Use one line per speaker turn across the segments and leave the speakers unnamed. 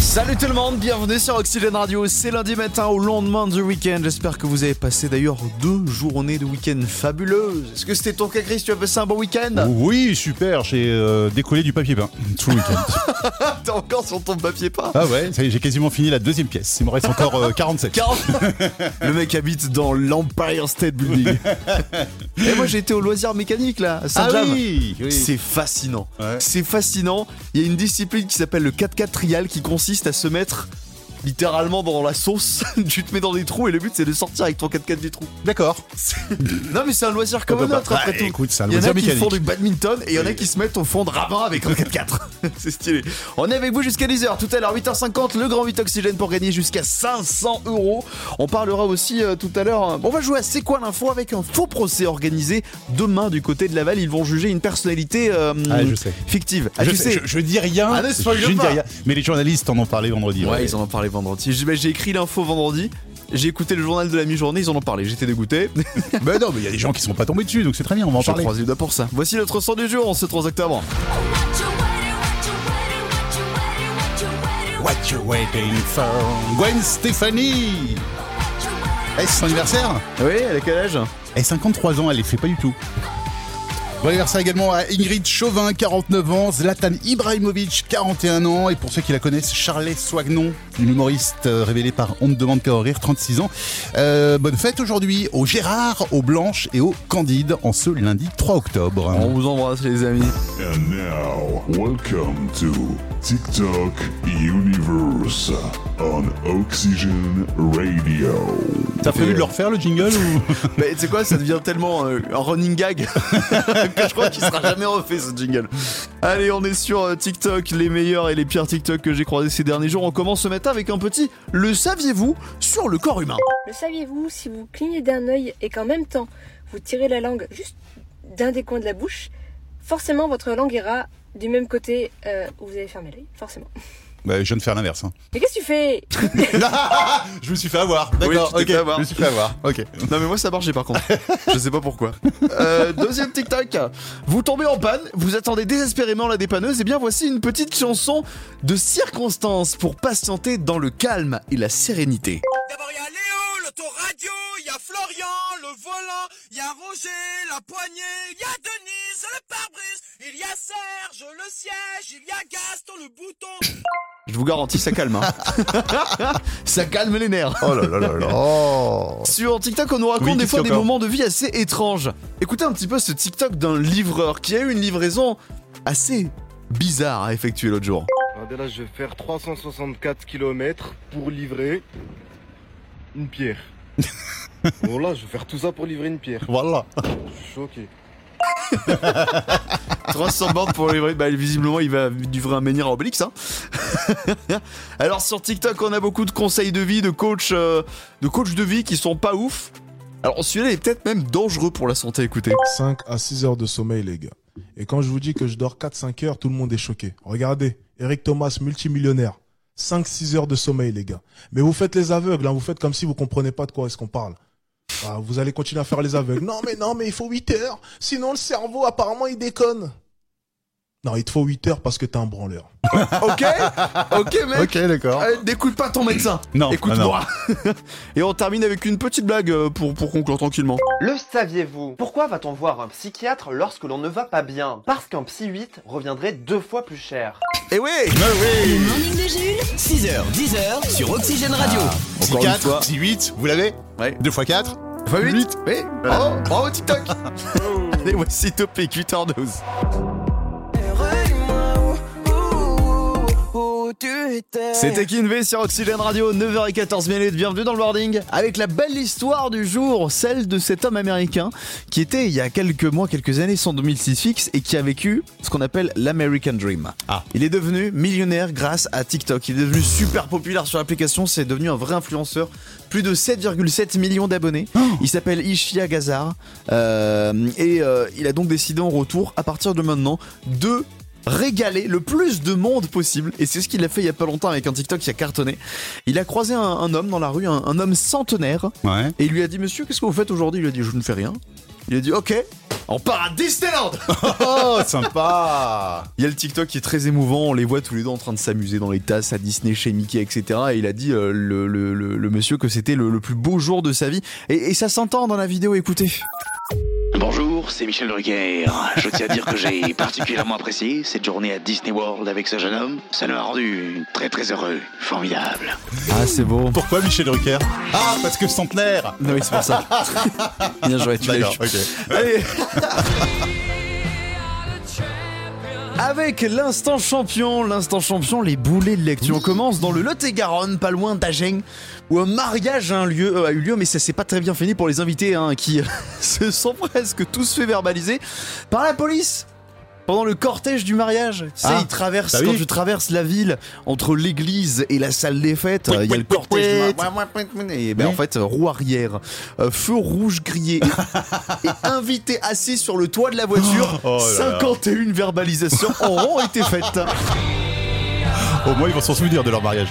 Salut tout le monde, bienvenue sur Oxygène Radio. C'est lundi matin au lendemain du week-end. J'espère que vous avez passé d'ailleurs deux journées de week-end fabuleuses. Est-ce que c'était ton cas, Chris Tu as passé un bon week-end
Oui, super. J'ai euh, décollé du papier peint tout le week-end.
T'es encore sur ton papier peint
Ah ouais, j'ai quasiment fini la deuxième pièce. Il me reste encore euh, 47. 40
le mec habite dans l'Empire State Building. Et moi j'ai été au loisir mécanique là, à saint ah oui, oui. C'est fascinant. Ouais. C'est fascinant. Il y a une discipline qui s'appelle le 4x4 trial qui consiste à se mettre littéralement dans la sauce. tu te mets dans des trous et le but c'est de sortir avec ton 4x4 du trou.
D'accord.
non mais c'est un loisir comme bah, un autre après tout.
Écoute, ça,
il y en a
qui
font du badminton et il y en a qui se mettent au fond de ravin avec un 4x4. c'est stylé. On est avec vous jusqu'à 10h. Tout à l'heure 8h50, le grand 8 oxygène pour gagner jusqu'à 500 euros. On parlera aussi euh, tout à l'heure. Euh, on va jouer à C'est quoi l'info avec un faux procès organisé demain du côté de Laval. Ils vont juger une personnalité euh,
ah, je sais.
fictive.
Ah, je, tu sais, sais. Je, je, dis rien.
Ah,
je, je
dis
rien. Mais les journalistes en ont parlé vendredi.
Ouais, ouais. ils en ont parlé vendredi. J'ai écrit l'info vendredi. J'ai écouté le journal de la mi-journée, ils en ont parlé, j'étais dégoûté.
bah non, mais il y a des gens qui sont pas tombés dessus, donc c'est très bien, on va en
Je
parler.
croise les doigts pour ça. Voici notre son du jour, on se trouve octobre.
What you waiting for? Gwen Stefani! Est-ce son anniversaire?
Oui, elle a quel âge?
Elle 53 ans, elle les fait pas du tout. Bon anniversaire également à Ingrid Chauvin, 49 ans, Zlatan Ibrahimovic, 41 ans, et pour ceux qui la connaissent, Charlet Soignon, l'humoriste révélé euh, par On ne demande qu'à rire, 36 ans. Euh, bonne fête aujourd'hui aux Gérard, aux Blanches et aux Candides en ce lundi 3 octobre.
On vous embrasse les amis.
And now, welcome to TikTok Universe on Oxygen Radio.
T'as prévu de leur faire le jingle ou
Mais tu sais quoi, ça devient tellement euh, un running gag. que je crois qu'il sera jamais refait ce jingle. Allez, on est sur euh, TikTok, les meilleurs et les pires TikTok que j'ai croisés ces derniers jours. On commence ce matin avec un petit Le saviez-vous sur le corps humain.
Le saviez-vous si vous clignez d'un œil et qu'en même temps vous tirez la langue juste d'un des coins de la bouche, forcément votre langue ira du même côté euh, où vous avez fermé l'œil, forcément.
Bah, je viens de faire l'inverse. Hein.
Mais qu'est-ce que tu fais
Je me suis fait avoir. D'accord,
oui,
ok. Je me suis fait avoir.
Ok. Non, mais moi ça marchait par contre. je sais pas pourquoi. Euh, deuxième TikTok. Vous tombez en panne, vous attendez désespérément la dépanneuse. Et bien voici une petite chanson de circonstance pour patienter dans le calme et la sérénité.
D'abord, il y a Léo, l'autoradio, il y a Florian, le volant, il y a Roger, la poignée, il y a Denise, le pare-brise, il y a Serge, le siège, il y a Gaston, le bouton.
Je vous garantis, ça calme. Hein. ça calme les nerfs.
Oh là là là là. Oh.
Sur TikTok, on nous raconte oui, des fois des moments de vie assez étranges. Écoutez un petit peu ce TikTok d'un livreur qui a eu une livraison assez bizarre à effectuer l'autre jour.
Ah, Là, je vais faire 364 km pour livrer une pierre. bon là, je vais faire tout ça pour livrer une pierre.
Voilà.
Je suis choqué.
300 bornes pour livrer. Bah, visiblement, il va livrer un menhir à Obélix. Hein Alors, sur TikTok, on a beaucoup de conseils de vie, de coachs euh, de, coach de vie qui sont pas ouf. Alors, celui-là est peut-être même dangereux pour la santé, écoutez.
5 à 6 heures de sommeil, les gars. Et quand je vous dis que je dors 4-5 heures, tout le monde est choqué. Regardez, Eric Thomas, multimillionnaire. 5-6 heures de sommeil, les gars. Mais vous faites les aveugles, hein. vous faites comme si vous comprenez pas de quoi est-ce qu'on parle. Ah, vous allez continuer à faire les aveugles. Non, mais non, mais il faut 8 heures. Sinon, le cerveau, apparemment, il déconne. Non, il te faut 8 heures parce que t'es un branleur.
ok Ok, mec
Ok, d'accord.
Euh, N'écoute pas ton médecin.
Non,
écoute-moi. Ah Et on termine avec une petite blague euh, pour, pour conclure tranquillement.
Le saviez-vous Pourquoi va-t-on voir un psychiatre lorsque l'on ne va pas bien Parce qu'un psy 8 reviendrait deux fois plus cher.
Eh oui Eh
oui
Le morning de Jules
6h, 10h sur Oxygène Radio.
Ah, psy 4, psy 8, vous l'avez
Ouais.
2 x 4
Fois 8, 8. Oui, bravo, bravo TikTok Allez, voici Topic, 8h12. C'était Kinvé sur Oxygène Radio, 9h14 minutes. Bienvenue dans le boarding avec la belle histoire du jour, celle de cet homme américain qui était il y a quelques mois, quelques années, son 2006 fixe et qui a vécu ce qu'on appelle l'American Dream.
Ah.
Il est devenu millionnaire grâce à TikTok. Il est devenu super populaire sur l'application. C'est devenu un vrai influenceur. Plus de 7,7 millions d'abonnés. Oh. Il s'appelle Ishia Gazar euh, et euh, il a donc décidé en retour, à partir de maintenant, de régaler le plus de monde possible. Et c'est ce qu'il a fait il y a pas longtemps avec un TikTok qui a cartonné. Il a croisé un, un homme dans la rue, un, un homme centenaire.
Ouais.
Et il lui a dit Monsieur, qu'est-ce que vous faites aujourd'hui Il lui a dit Je ne fais rien. Il a dit ok, on part à Disneyland ah.
Oh, sympa
Il y a le TikTok qui est très émouvant, on les voit tous les deux en train de s'amuser dans les tasses à Disney, chez Mickey, etc. Et il a dit, euh, le, le- le- le monsieur, que c'était le, le plus beau jour de sa vie. Et, et ça s'entend dans la vidéo, écoutez.
Bonjour, c'est Michel Drucker. Je tiens à dire que j'ai particulièrement apprécié cette journée à Disney World avec ce jeune homme. Ça nous a rendu très très heureux, formidable.
Ah, c'est beau.
Pourquoi Michel Drucker Ah, parce que centenaire
Non, oui, c'est pour ça. Bien joué, tu l'as
D'accord,
eu.
ok.
Allez. Avec l'instant champion, l'instant champion, les boulets de lecture. On commence dans le Lot-et-Garonne, pas loin d'Agen, où un mariage a, un lieu- euh, a eu lieu, mais ça s'est pas très bien fini pour les invités, hein, qui se sont presque tous fait verbaliser par la police. Pendant le cortège du mariage, tu sais,
Ah,
ils traversent,
bah oui.
quand tu traverses la ville, entre l'église et la salle des fêtes,
Pouit,
euh, il y a
pouit,
le cortège du
pouit,
mariage. Et ben
Oui.
en fait, euh, roue arrière, euh, feu rouge grillé, et invité assis sur le toit de la voiture,
Oh là là.
51 verbalisations auront été faites.
Au moins, ils vont s'en souvenir de leur mariage.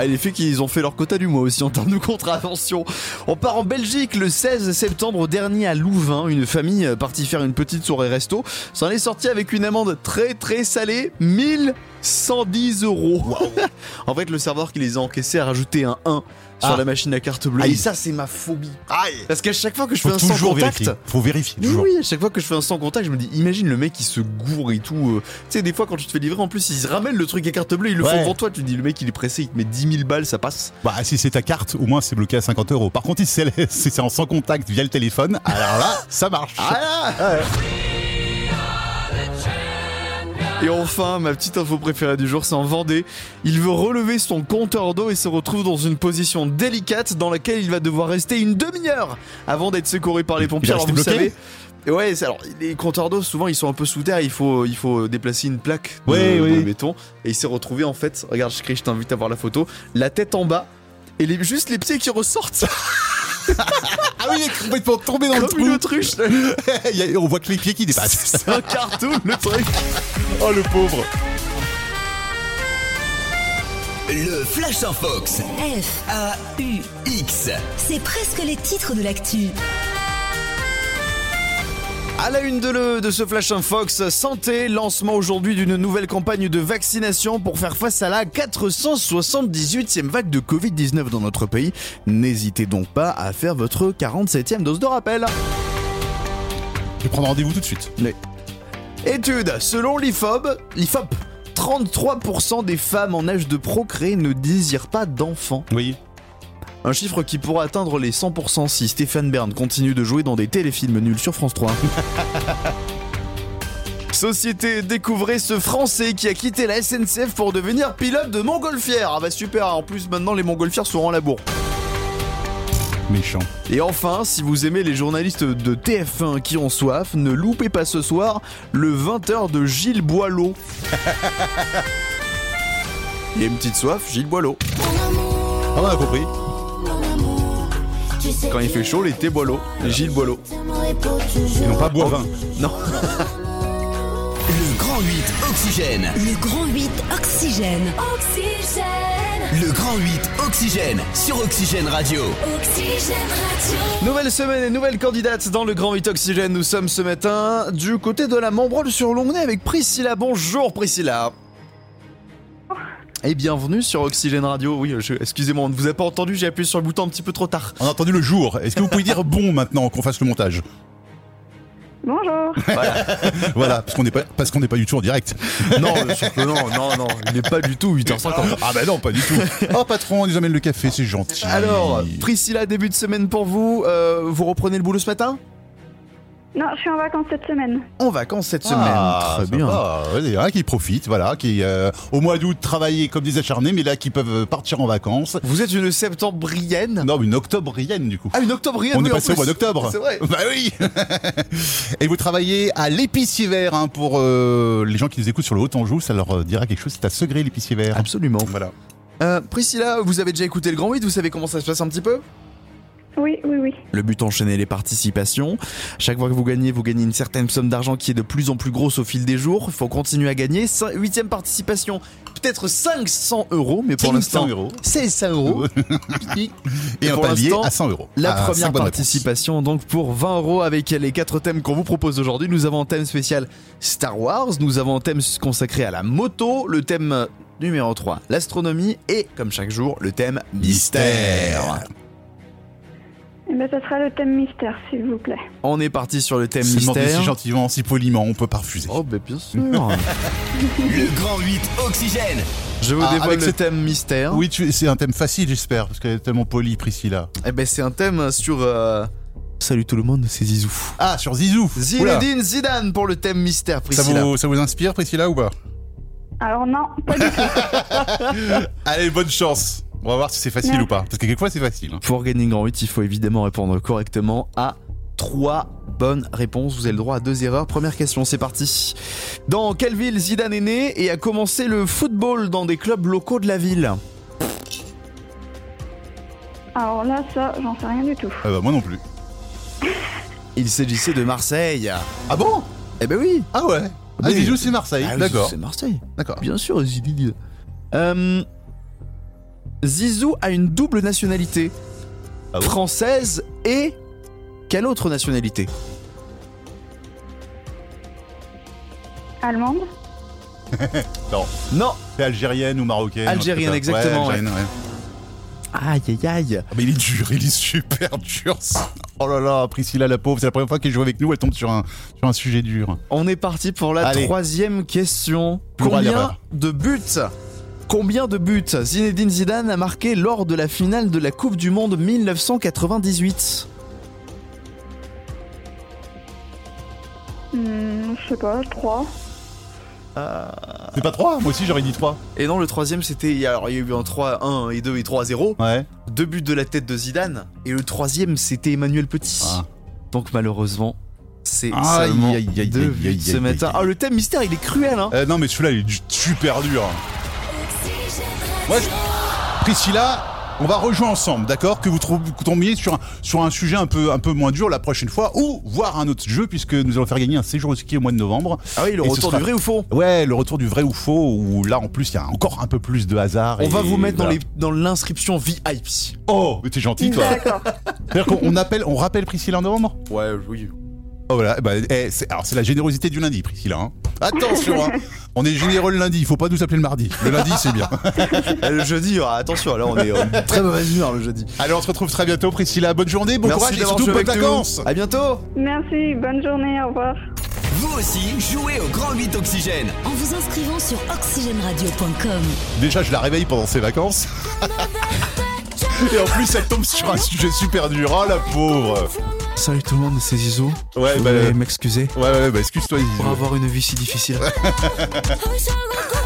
Ah, et les flics, ils ont fait leur quota du mois aussi en termes de contravention. On part en Belgique le 16 septembre dernier à Louvain. Une famille euh, partie faire une petite soirée resto s'en est sortie avec une amende très très salée 1110 euros. en fait, le serveur qui les a encaissés a rajouté un 1 sur
Ah.
la machine à carte bleue.
Aïe.
et ça, c'est ma phobie.
Aïe
Parce qu'à chaque fois que je fais
Faut
un sans
toujours
contact,
vérifier. Faut vérifier,
Mais
toujours.
oui, à chaque fois que je fais un sans contact, je me dis, imagine le mec qui se gourre et tout. euh, Tu sais, des fois quand tu te fais livrer, en plus, ils ramènent le truc à carte bleue, ils le
Ouais.
font pour toi. Tu te dis, le mec il est pressé, il te met 10 000 balles, ça passe.
Bah, si c'est ta carte, au moins c'est bloqué à 50 euros. Par contre, si c'est si c'est en sans contact via le téléphone, alors là, ça marche.
Ah, Et enfin, ma petite info préférée du jour, c'est en Vendée. Il veut relever son compteur d'eau et se retrouve dans une position délicate dans laquelle il va devoir rester une demi-heure avant d'être secouru par les pompiers.
va
Alors,
rester
vous
bloqué
savez. Et Ouais, c'est- alors les compteurs d'eau souvent ils sont un peu sous terre, il faut il faut déplacer une plaque de,
Ouais,
de
ouais.
béton et il s'est retrouvé en fait, regarde Chris, je t'invite à voir la photo, la tête en bas et les, juste les pieds qui ressortent
Ah oui, il est complètement tombé dans le
comme une
trou.
autruche.
Il y a- On voit que les pieds qui dépassent.
C'est un cartoon le truc.
Oh le pauvre.
Le Flash en Fox.
F,
A-U-X.
c'est presque les titres de l'actu.
À la une de, le- de ce Flash Infox, santé, lancement aujourd'hui d'une nouvelle campagne de vaccination pour faire face à la 478e vague de Covid-19 dans notre pays. N'hésitez donc pas à faire votre 47e dose de rappel.
Je vais prendre rendez-vous tout de suite.
Étude, selon l'IFOB, l'IFOP, 33% des femmes en âge de procréer ne désirent pas d'enfants.
Oui.
Un chiffre qui pourra atteindre les 100% si Stéphane Bern continue de jouer dans des téléfilms nuls sur France 3. Société, découvrez ce Français qui a quitté la SNCF pour devenir pilote de montgolfière. Ah bah super, en plus maintenant les montgolfières sont en labour.
Méchant.
Et enfin, si vous aimez les journalistes de TF1 qui ont soif, ne loupez pas ce soir le 20h de Gilles Boileau. Il y a une petite soif, Gilles Boileau.
Ah, on a compris.
Quand il fait chaud, l'été Boileau. Gilles Boileau.
Ils n'ont pas boivin.
Non.
Le Grand 8 Oxygène.
Le grand 8 oxygène. Oxygène.
Le Grand 8 Oxygène sur Oxygène Radio.
Oxygène Radio.
Nouvelle semaine et nouvelle candidate dans le Grand 8 Oxygène. Nous sommes ce matin du côté de la Membrole sur Longnay avec Priscilla. Bonjour Priscilla. Et bienvenue sur Oxygène Radio. Oui, je- excusez-moi, on ne vous a pas entendu, j'ai appuyé sur le bouton un petit peu trop tard.
On a entendu le jour. Est-ce que vous pouvez dire bon maintenant qu'on fasse le montage
Bonjour.
Voilà, parce qu'on n'est pas parce qu'on n'est pas du tout en direct.
Non, non, non, non, il n'est pas du tout 8h50.
Ah bah non, pas du tout. Oh patron, ils nous amène le café, c'est gentil. Ah,
Alors, Priscilla, début de semaine pour vous. Euh, vous reprenez le boulot ce matin
Non, je suis en vacances cette semaine.
En vacances cette semaine.
Ah,
Très
sympa.
bien.
Ouais, Il y en a qui profitent, voilà, qui euh, au mois d'août travaillaient comme des acharnés, mais là qui peuvent partir en vacances.
Vous êtes une septembrienne
Non, mais une octobrienne du coup.
Ah, une octobrienne
On
oui,
est
en
passé au
plus.
mois d'octobre.
C'est vrai.
Bah oui. Et vous travaillez à l'épicier vert hein, pour euh, les gens qui nous écoutent sur le haut Anjou, ça leur euh, dira quelque chose. C'est à Segré l'épicier vert.
Absolument.
Voilà.
Euh, Priscilla, vous avez déjà écouté le Grand 8, vous savez comment ça se passe un petit peu
Oui, oui, oui.
Le but enchaîner les participations. Chaque fois que vous gagnez, vous gagnez une certaine somme d'argent qui est de plus en plus grosse au fil des jours. Il faut continuer à gagner. Cin- Huitième participation, peut-être 500 euros, mais pour
500
l'instant,
euros.
500 euros.
Et un
pour
palier
l'instant,
à 100 euros.
La
Ah,
première
cinq bonnes
participation, donc pour 20 euros, avec les quatre thèmes qu'on vous propose aujourd'hui. Nous avons un thème spécial Star Wars, nous avons un thème consacré à la moto, le thème euh, numéro 3, l'astronomie, et comme chaque jour, le thème mystère.
Eh ben, ça sera le thème mystère, s'il vous plaît.
On est parti sur le thème
Se demander
mystère.
si gentiment, si poliment, on peut pas refuser.
Oh, ben bien sûr.
Le grand 8 Oxygène.
Je vous
Ah,
dévoile
avec
le
ce-
thème mystère.
Oui, tu- c'est un thème facile, j'espère, parce qu'elle est tellement polie, Priscilla.
Eh ben, c'est un thème sur. euh, Salut tout le monde, c'est Zizou.
Ah, sur Zizou Oula.
Zinedine Zidane pour le thème mystère,
ça
Priscilla.
vous, ça vous inspire, Priscilla, ou pas
Alors non, pas du tout.
Allez, bonne chance On va voir si c'est facile ou pas, parce que quelquefois c'est facile. hein.
Pour Gaining Grand 8, il faut évidemment répondre correctement à 3 bonnes réponses. Vous avez le droit à 2 erreurs. Première question, c'est parti. Dans quelle ville Zidane est né et a commencé le football dans des clubs locaux de la ville
Alors là, ça, j'en sais rien du tout.
Ah bah, moi non plus.
Il s'agissait de Marseille.
Ah bon
Eh ben oui
Ah ouais Ah,
Oui.
Zizou, c'est Marseille,
Ah oui,
d'accord.
C'est Marseille.
D'accord.
Bien sûr, Zidane. Euh, Zizou a une double nationalité.
Ah bon
française et quelle autre nationalité
Allemande
Non,
Non
c'est algérienne ou marocaine.
Algérienne,
un truc comme ça.
exactement,
Ouais, algérienne, ouais.
Aïe aïe aïe
Ah, mais il est dur, il est super dur. ça. Oh là là, Priscilla la pauvre, c'est la première fois qu'elle joue avec nous, elle tombe sur un, sur un sujet dur.
On est parti pour la
Allez.
troisième question.
Pour
Combien
l'erreur.
de buts Combien de buts Zinedine Zidane a marqué lors de la finale de la Coupe du Monde 1998
Hmm, Je sais pas, 3.
C'est pas 3 Moi aussi j'aurais dit 3.
Et non, le troisième c'était. il y a- Alors il y a eu un 3, 1 et 2 et 3 0.
Ouais.
Deux buts de la tête de Zidane. Et le troisième c'était Emmanuel Petit.
Ah.
Donc malheureusement, c'est
Aïe,
seulement
aïe, aïe,
deux
aïe,
buts
aïe,
ce
aïe,
matin.
aïe,
Ah, le thème mystère il est cruel hein
Euh, non, mais celui-là, il est du- super dur. Moi, je- Priscilla, on va rejouer ensemble, d'accord Que vous trou- que vous tombiez sur un, sur un sujet un peu, un peu moins dur la prochaine fois, ou voir un autre jeu, puisque nous allons faire gagner un séjour au ski au mois de novembre.
Ah oui, le
Et ce
retour
sera-
du vrai ou faux
Ouais, le retour du vrai ou faux, où là, en plus, il y a encore un peu plus de hasard.
On va
et
vous mettre dans
voilà.
les- dans l'inscription VIP.
Oh, mais t'es gentil, toi
D'accord.
C'est-à-dire qu'on on appelle, on rappelle Priscilla en novembre
Ouais, oui.
Oh voilà, eh ben, eh, c'est, alors c'est la générosité du lundi, Priscilla. hein. Attention, hein. on est généreux le lundi, il faut pas nous appeler le mardi. Le lundi, c'est bien.
Et le jeudi, ah, attention, là on est en très mauvaise humeur le jeudi.
Allez, on se retrouve très bientôt, Priscilla. Bonne journée, bon
Merci
courage et
d'avoir
surtout
joué
bonnes
avec nous.
vacances.
À bientôt.
Merci, bonne journée, au revoir.
Vous aussi, jouez au grand 8 Oxygène.
En vous inscrivant sur oxygenradio.com.
Déjà, je la réveille pendant ses vacances. et en plus, elle tombe sur un sujet super dur. Oh la pauvre.
Salut tout le monde, c'est Zizou.
Ouais,
Je
bah,
voulais
euh,
m'excuser
Ouais, ouais, ouais, bah, excuse-toi, Zizou.
pour avoir une vie si difficile.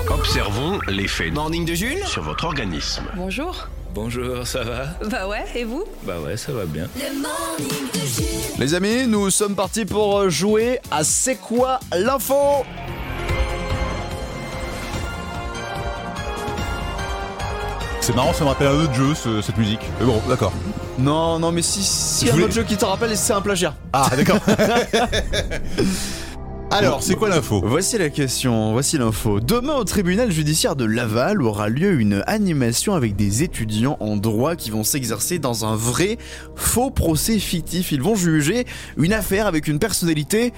Observons l'effet
Morning de Jules.
sur votre organisme.
Bonjour.
Bonjour, ça va
Bah ouais, et vous
Bah ouais, ça va bien.
Le morning de Jules.
Les amis, nous sommes partis pour euh, jouer à C'est quoi l'info
C'est marrant, ça me rappelle un autre jeu, ce- cette musique. Mais bon, d'accord.
Non, non, mais si, si
Je
un
voulais-
autre jeu qui te rappelle, c'est un plagiat.
Ah, d'accord. Alors, c'est quoi l'info
Voici la question, voici l'info. Demain au tribunal judiciaire de Laval aura lieu une animation avec des étudiants en droit qui vont s'exercer dans un vrai faux procès fictif. Ils vont juger une affaire avec une personnalité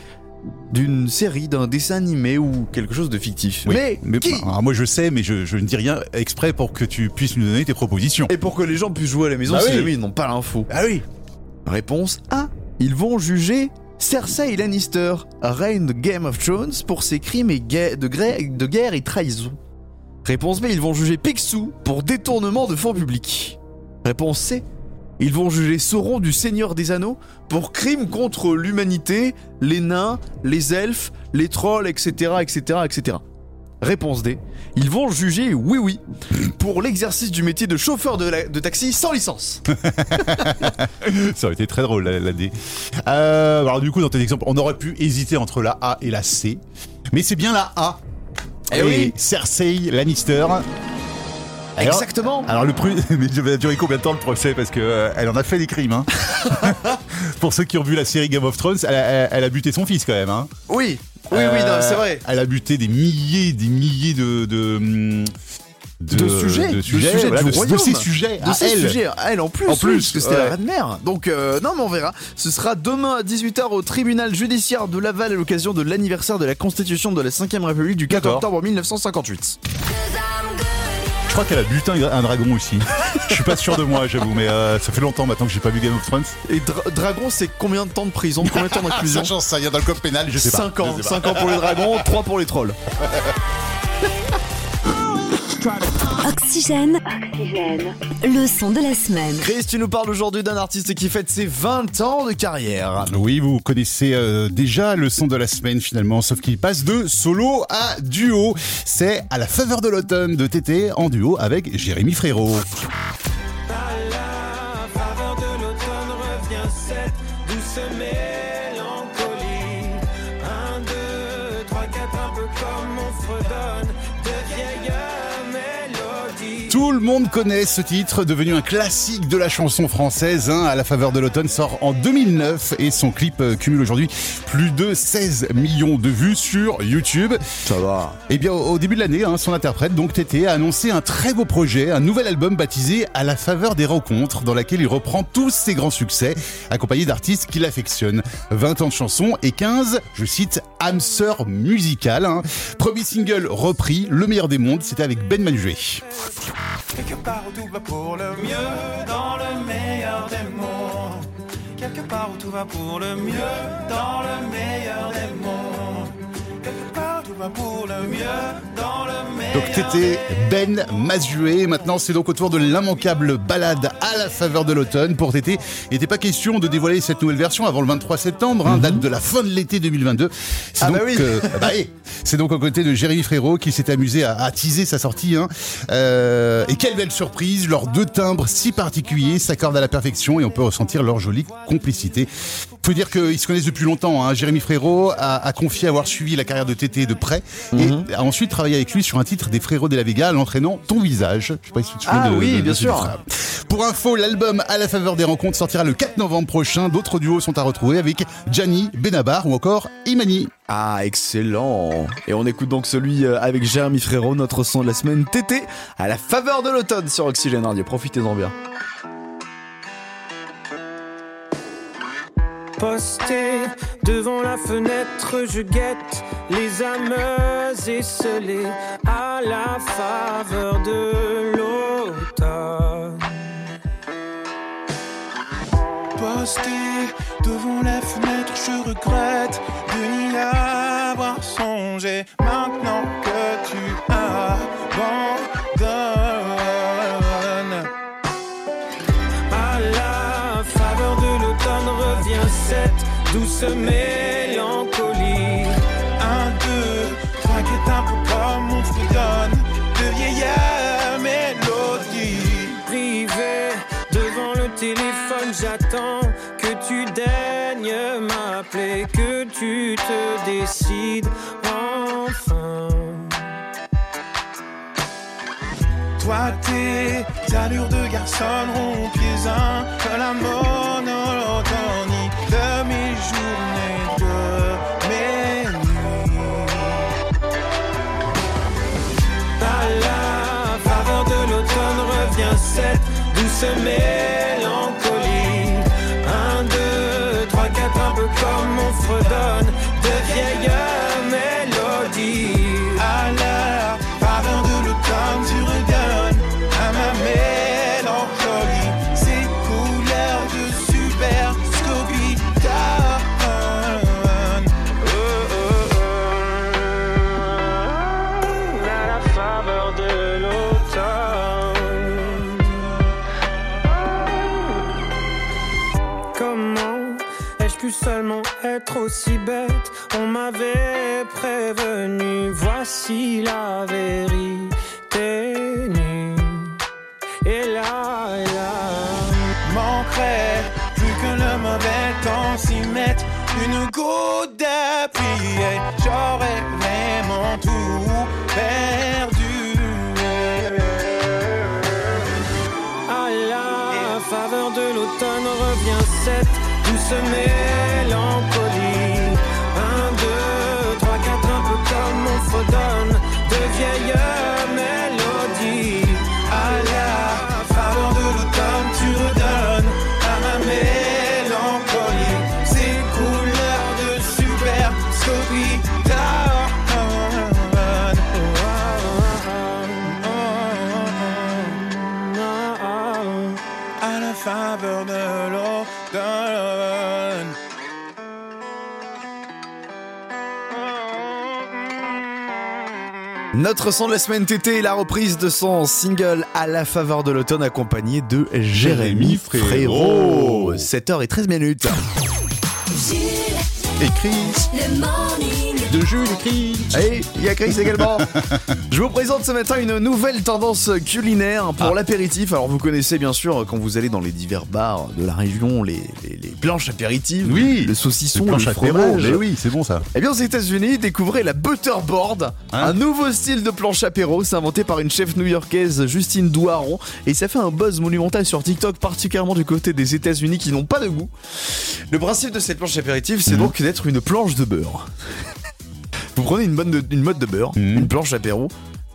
d'une série, d'un dessin animé ou quelque chose de fictif.
Oui,
mais, qui
alors, bah, moi je sais, mais je, je ne dis rien exprès pour que tu puisses nous donner tes propositions.
Et pour que les gens puissent jouer à la maison
Bah
si
oui.
jamais ils n'ont pas l'info.
Ah oui
Réponse A. Ils vont juger Cersei Lannister, reine de Game of Thrones, pour ses crimes et ga- de, gré- de guerre et trahison. Réponse B. Ils vont juger Picsou pour détournement de fonds publics. Réponse C. Ils vont juger Sauron du Seigneur des Anneaux pour crimes contre l'humanité, les nains, les elfes, les trolls, etc., etc., etc. Réponse D. Ils vont juger Oui Oui pour l'exercice du métier de chauffeur de, la- de taxi sans licence.
Ça aurait été très drôle, la, la D. Euh, alors, du coup, dans tes exemples, on aurait pu hésiter entre la A et la C. Mais c'est bien la A.
Eh oui.
Cersei Lannister. Alors-
Exactement.
Alors le prix, mais il va durer combien de temps le procès Parce que euh, elle en a fait des crimes. hein. Pour ceux qui ont vu la série Game of Thrones, elle a, elle- elle a buté son fils quand même. hein.
Oui, oui, oui,
Euh,
non, c'est vrai.
Elle a buté des milliers, des milliers de de, hum,
de sujets,
de sujets,
de, sujets
voilà,
du
de- de
royaume.
ces sujets,
de
à
ces
elle.
sujets à elle en plus,
En
oui,
plus,
parce que c'était
ouais.
la reine mère. Donc euh, non, mais on verra. Ce sera demain à 18h au tribunal judiciaire de Laval à l'occasion de l'anniversaire de la Constitution de la 5ème République du 4
D'accord.
octobre 1958.
Je crois qu'elle a buté un, un dragon aussi. Je suis pas sûr de moi, j'avoue, mais euh, ça fait longtemps maintenant que j'ai pas vu Game of Thrones.
Et dra- dragon, c'est combien de temps de prison, combien de temps d'inclusion
Ça, j'en sais rien, dans le code pénal, je sais pas.
5 ans,
Je sais pas.
5 ans pour les dragons, 3 pour les trolls.
Oxygène. Oxygène. Le son de la semaine.
Chris, tu nous parles aujourd'hui d'un artiste qui fête ses 20 ans de carrière.
Oui, vous connaissez euh, déjà le son de la semaine finalement, sauf qu'il passe de solo à duo. C'est à la faveur de l'automne de TT en duo avec Jérémy Frérot.
faveur de l'automne revient cette douce mélancolie. Un, deux, trois, quatre, un peu comme on fredonne de vieilles mélodies.
Tout le monde connaît ce titre, devenu un classique de la chanson française. hein. à la faveur de l'automne sort en 2009 et son clip euh, cumule aujourd'hui plus de 16 millions de vues sur YouTube.
Ça va.
Eh bien, au au début de l'année, hein, son interprète, donc Tété, a annoncé un très beau projet, un nouvel album baptisé À la faveur des rencontres, dans lequel il reprend tous ses grands succès, accompagné d'artistes qu'il affectionne. 20 ans de chansons et 15, je cite, âme sœur musicale. hein. Premier single repris, Le meilleur des mondes, c'était avec Ben Manué.
Quelque part où tout va pour le mieux, dans le meilleur des mondes. Quelque part où tout va pour le mieux, dans le meilleur des mondes. Quelque part où tout va pour le mieux, dans le meilleur.
Donc Tété, Ben, Mazué, maintenant c'est donc au tour de l'immanquable balade à la faveur de l'automne pour Tété. Il n'était pas question de dévoiler cette nouvelle version avant le 23 septembre, hein, date de la fin de l'été 2022. C'est
Mhm. Ah
donc,
bah oui.
bah oui. C'est donc aux côtés de Jérémy Frérot qui s'est amusé à, à teaser sa sortie. hein. Euh, et quelle belle surprise, leurs deux timbres si particuliers s'accordent à la perfection et on peut ressentir leur jolie complicité. Faut dire qu'ils se connaissent depuis longtemps. hein. Jérémy Frérot a, a confié avoir suivi la carrière de Tété de près
Mhm.
et a ensuite travaillé avec lui sur un titre des Frérots de la Vega, l'entraînant Ton Visage. Je sais pas si tu te souviens
Ah
de-
oui,
de- de
bien
ce
sûr.
titre. Pour info, l'album À la faveur des rencontres sortira le 4 novembre prochain. D'autres duos sont à retrouver avec Gianni, Benabar ou encore Imani.
Ah, excellent Et on écoute donc celui euh, avec Jérémy Frérot, notre son de la semaine TT, à la faveur de l'automne sur Oxygène Radio. Profitez-en bien.
Posté devant la fenêtre, je guette les âmes esselées à la faveur de l'automne. Posté devant la fenêtre, je regrette de n'y avoir songé maintenant que tu abandonnes. À la faveur de l'automne revient cette douce mélancolie. Un, deux, trois, qui est un peu comme on fredonne de vieilles mélodies. Privé devant le téléphone, j'attends que tu daignes m'appeler, que tu te décides enfin. Toi, tes allures de garçon rompiez un peu la monotonie de mes journées, de mes nuits. Par la faveur de l'automne revient cette douce mélancolie. Un, deux, trois, quatre, un peu comme on fredonne de vieilles mélodies. À la faveur de l'automne, tu redonnes à ma mélancolie ces couleurs de super Scooby Mmh, à la faveur de l'automne. Comment ai-je pu seulement être aussi bête On m'avait prévenu, voici la vérité nue. Et là, et là, manquerait plus que le mauvais temps s'y mette une goutte d'appui. et J'aurais vraiment tout perdu. douce mélancolie. Un, deux, trois, quatre, un peu comme mon faudome de vieilles mélodies. À la faveur de l'automne, tu redonnes à ma mélancolie ces couleurs de super scorie à la faveur de l'automne.
Notre son de la semaine TT est la reprise de son single À la faveur de l'automne accompagné de Jérémy Frérot. 7h13 minutes.
Jules,
Et Chris.
le morning.
De Jules et Chris. Et il y a Chris également. Je vous présente ce matin une nouvelle tendance culinaire pour
Ah.
l'apéritif. Alors vous connaissez bien sûr quand vous allez dans les divers bars de la région les, les- les planches apéritives, oui, le saucisson,
Les
le
planches apéro,
fromage.
mais oui, c'est bon ça.
Eh bien, aux États-Unis, découvrez la butterboard,
Hein
un nouveau style de planche apéro. C'est inventé par une chef new-yorkaise, Justine Douaron, et ça fait un buzz monumental sur TikTok, particulièrement du côté des États-Unis qui n'ont pas de goût. Le principe de cette planche apéritive,
Mmh.
c'est donc d'être une planche de beurre. vous prenez une, bonne de- une mode de beurre, une planche apéro.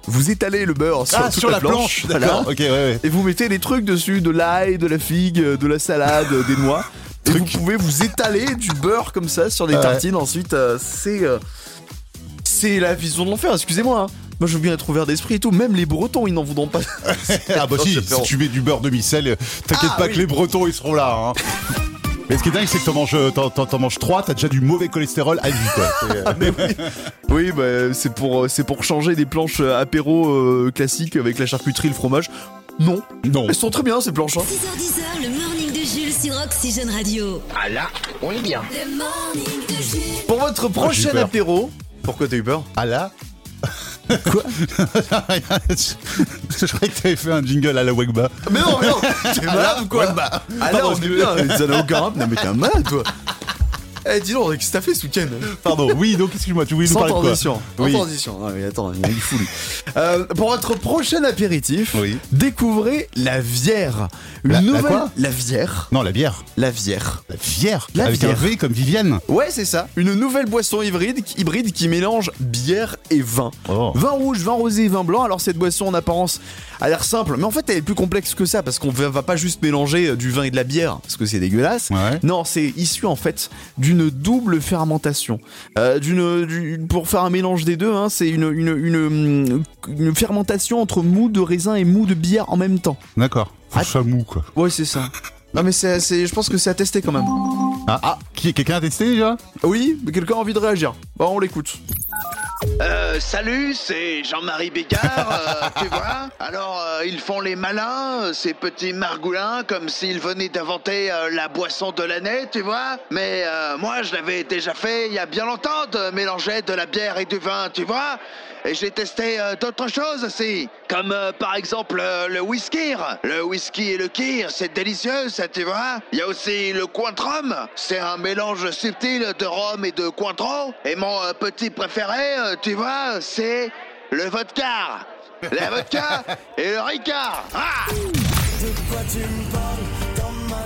Vous étalez le beurre sur,
Mmh. Ah,
toute
sur la planche, d'accord, ok, ouais, ouais.
Et vous mettez des trucs dessus, de l'ail, de la figue, de la salade, des noix. Et vous pouvez vous étaler du beurre comme ça sur des
Ouais.
tartines. Ensuite, euh, c'est euh, c'est la vision de l'enfer. Excusez-moi. hein. Moi, je veux bien être ouvert d'esprit et tout. Même les Bretons, ils n'en voudront pas.
Ah bah si, si tu mets du beurre demi-sel, euh, t'inquiète
Ah,
pas
oui.
que les Bretons ils seront là. hein. Mais ce qui est dingue, c'est que t'en manges, euh, t'en, t'en- t'en manges 3, t'as déjà du mauvais cholestérol à vie. Quoi. C'est, euh,
Ah, Oui, bah, c'est pour euh, c'est pour changer des planches euh, apéro euh, classiques avec la charcuterie, le fromage. Non,
non.
Elles sont très bien ces planches. hein.
6h10h, le morning de Jules sur Oxygène Radio.
Ah là, on est bien.
Le morning de Jules.
Pour votre
j'ai eu
prochain
peur.
apéro. Ah, Pourquoi t'as eu peur
Ah là Quoi Je croyais que t'avais fait un jingle à la Wagba.
Mais non, mais non T'es malade ou quoi
Wagba.
Ah là,
Pardon,
on est bien,
excusez-moi.
ça n'a aucun rapport. Non, mais t'es un malade, toi Eh, dis donc, qu'est-ce que t'as fait ce week-end
Pardon, oui, donc excuse-moi, tu voulais nous
Sans
parler de quoi
transition.
Oui.
Sans transition. Non, mais attends, il est fou, lui. Euh, pour votre prochain apéritif,
Oui.
découvrez la Vière. Une
La- la
nouvelle.
quoi
Vière.
Non, la bière.
La Vière.
La bière
La
Avec un
bière.
V comme Viviane.
Ouais, c'est ça. Une nouvelle boisson hybride, hybride qui mélange bière et vin.
Oh.
Vin rouge, vin rosé, vin blanc. Alors cette boisson en apparence a l'air simple, mais en fait elle est plus complexe que ça parce qu'on va va pas juste mélanger euh, du vin et de la bière parce que c'est dégueulasse.
Ouais.
Non, c'est issu en fait d'une double fermentation. Euh, d'une, du- pour faire un mélange des deux, hein, c'est une, une, une, mm, une fermentation entre mou de raisin et mou de bière en même temps.
D'accord. Un
Ah.
chamou, quoi.
Ouais, c'est ça. Non mais c'est, c'est- je pense que c'est à tester quand même.
Ah, ah, qui, quelqu'un a testé déjà
Oui, mais quelqu'un a envie de réagir. Bah on l'écoute.
Euh, salut, c'est Jean-Marie Bégard, euh, tu vois. Alors, euh, ils font les malins, euh, ces petits margoulins, comme s'ils venaient d'inventer euh, la boisson de l'année, tu vois. Mais euh, moi, je l'avais déjà fait il y a bien longtemps de mélanger de la bière et du vin, tu vois. Et j'ai testé euh, d'autres choses aussi, comme euh, par exemple euh, le whisky. Le whisky et le kir, c'est délicieux, ça, tu vois. Il y a aussi le cointrum, c'est un mélange subtil de rhum et de cointreau. Et mon euh, petit préféré, euh, tu vois, c'est le vodka. La vodka et le ricard. Ah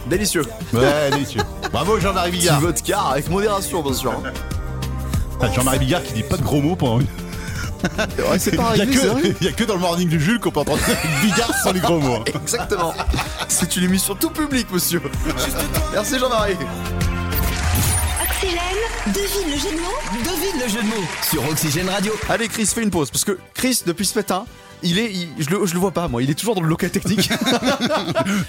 Délicieux.
Ouais, délicieux. Bravo Jean-Marie Bigard.
Petit vodka avec modération, bien sûr. hein.
Ah, Jean-Marie Bigard qui dit pas de gros mots pendant une.
Ouais, c'est pas
Il y a
arrivé, c'est vrai.
que- il y a que dans le morning du Jules qu'on peut entendre Bigard sans les gros mots. hein.
Exactement. C'est une émission tout public, monsieur. Merci Jean-Marie.
Oxygène, devine le jeu de mots.
Devine le jeu de mots sur Oxygène Radio.
Allez, Chris, fais une pause parce que Chris, depuis ce matin, il est, il- je, le, je le vois pas, moi. Il est toujours dans le local technique.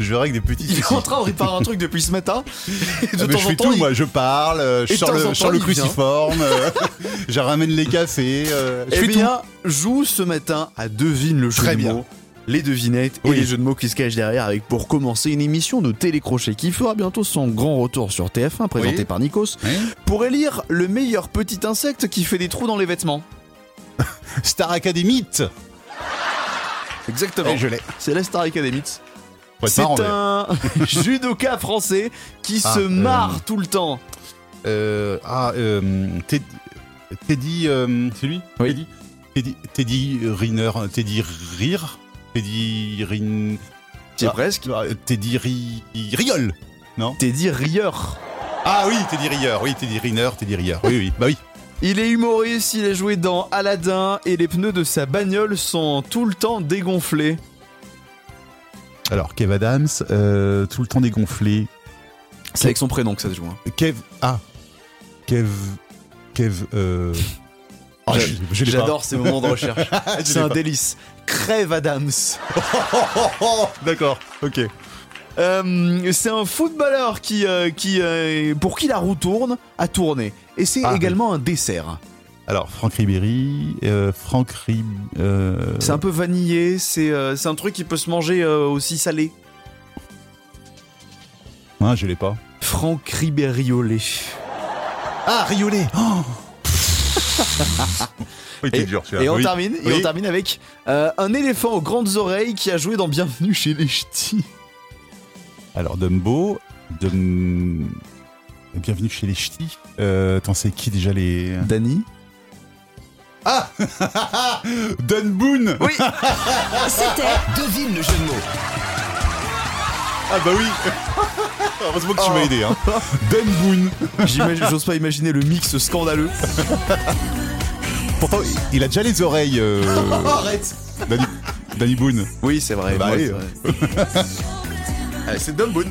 Je verrai avec des petits
il est
soucis.
en train de réparer un truc depuis ce matin. Et de
Ah, Mais
temps
je
en
fais
temps,
tout,
il-
moi, je parle, euh, je
Et de
sors
temps
le,
en
je sors le
temps, il vient.
cruciforme, euh, je ramène les cafés, euh,
Eh
je fais
bien, joue ce matin à devine le jeu
Très
de
bien.
mots. Les devinettes
Oui.
et les jeux de mots qui se cachent derrière avec pour commencer une émission de télécrochet qui fera bientôt son grand retour sur TF1 présenté
Oui.
par Nikos
tout.
pour élire le meilleur petit insecte qui fait des trous dans les vêtements.
Star Academy,
Exactement.
et je l'ai.
C'est la Star Academy.
Faut être
C'est
marrant, d'ailleurs.
un judoka français qui
Ah,
se
euh,
marre tout le temps.
Euh, ah, euh, Ted- Teddy, euh, c'est lui Teddy, Teddy, Teddy Riner, Teddy Rire Teddy Rin...
T'y es
Ah,
presque.
ah, Teddy Ri... Riol
Teddy Rieur.
Ah oui, Teddy Riner, oui, Teddy Riner, Teddy Riner, oui, oui, bah oui.
Il est humoriste, il a joué dans Aladdin et les pneus de sa bagnole sont tout le temps dégonflés.
Alors, Kev Adams, euh, tout le temps dégonflé.
C'est avec son prénom que ça se joue. hein.
Kev, ah, Kev, Kev, euh... oh, je- je l'ai pas.
J'adore ces moments de recherche.
Je
C'est
l'ai
un
pas.
délice. Crève Adams.
Oh, D'accord, ok.
Euh, c'est un footballeur qui, euh, qui, euh, pour qui la roue tourne, a tourné. Et c'est
Ah,
également un dessert.
Alors, Franck Ribéry, euh, Franck Rib... euh,
C'est un peu vanillé, c'est euh, c'est un truc qui peut se manger euh, aussi salé.
hein, je l'ai pas.
Franck Ribériolet.
Ah, Riolet oh Oui, t'es
Et,
dur, celui-là.
et on
Oui.
termine, et
Oui.
on termine avec euh, un éléphant aux grandes oreilles qui a joué dans Bienvenue chez les Ch'tis.
Alors, Dumbo, Dum... Bienvenue chez les ch'tis. Euh, attends, c'est qui déjà les...
Danny.
Ah Don Boone
Oui.
C'était
Devine le jeu de mots.
Ah bah oui Heureusement que
Oh.
tu m'as aidé. Hein. Don Boone
J'imagine- J'ose pas imaginer le mix scandaleux.
Pourtant, il a déjà les oreilles. euh,
Arrête
Danny, Danny Boone.
Oui, c'est vrai.
Bah
oui,
oui.
c'est vrai. Eh,
Allez, c'est Don Boone.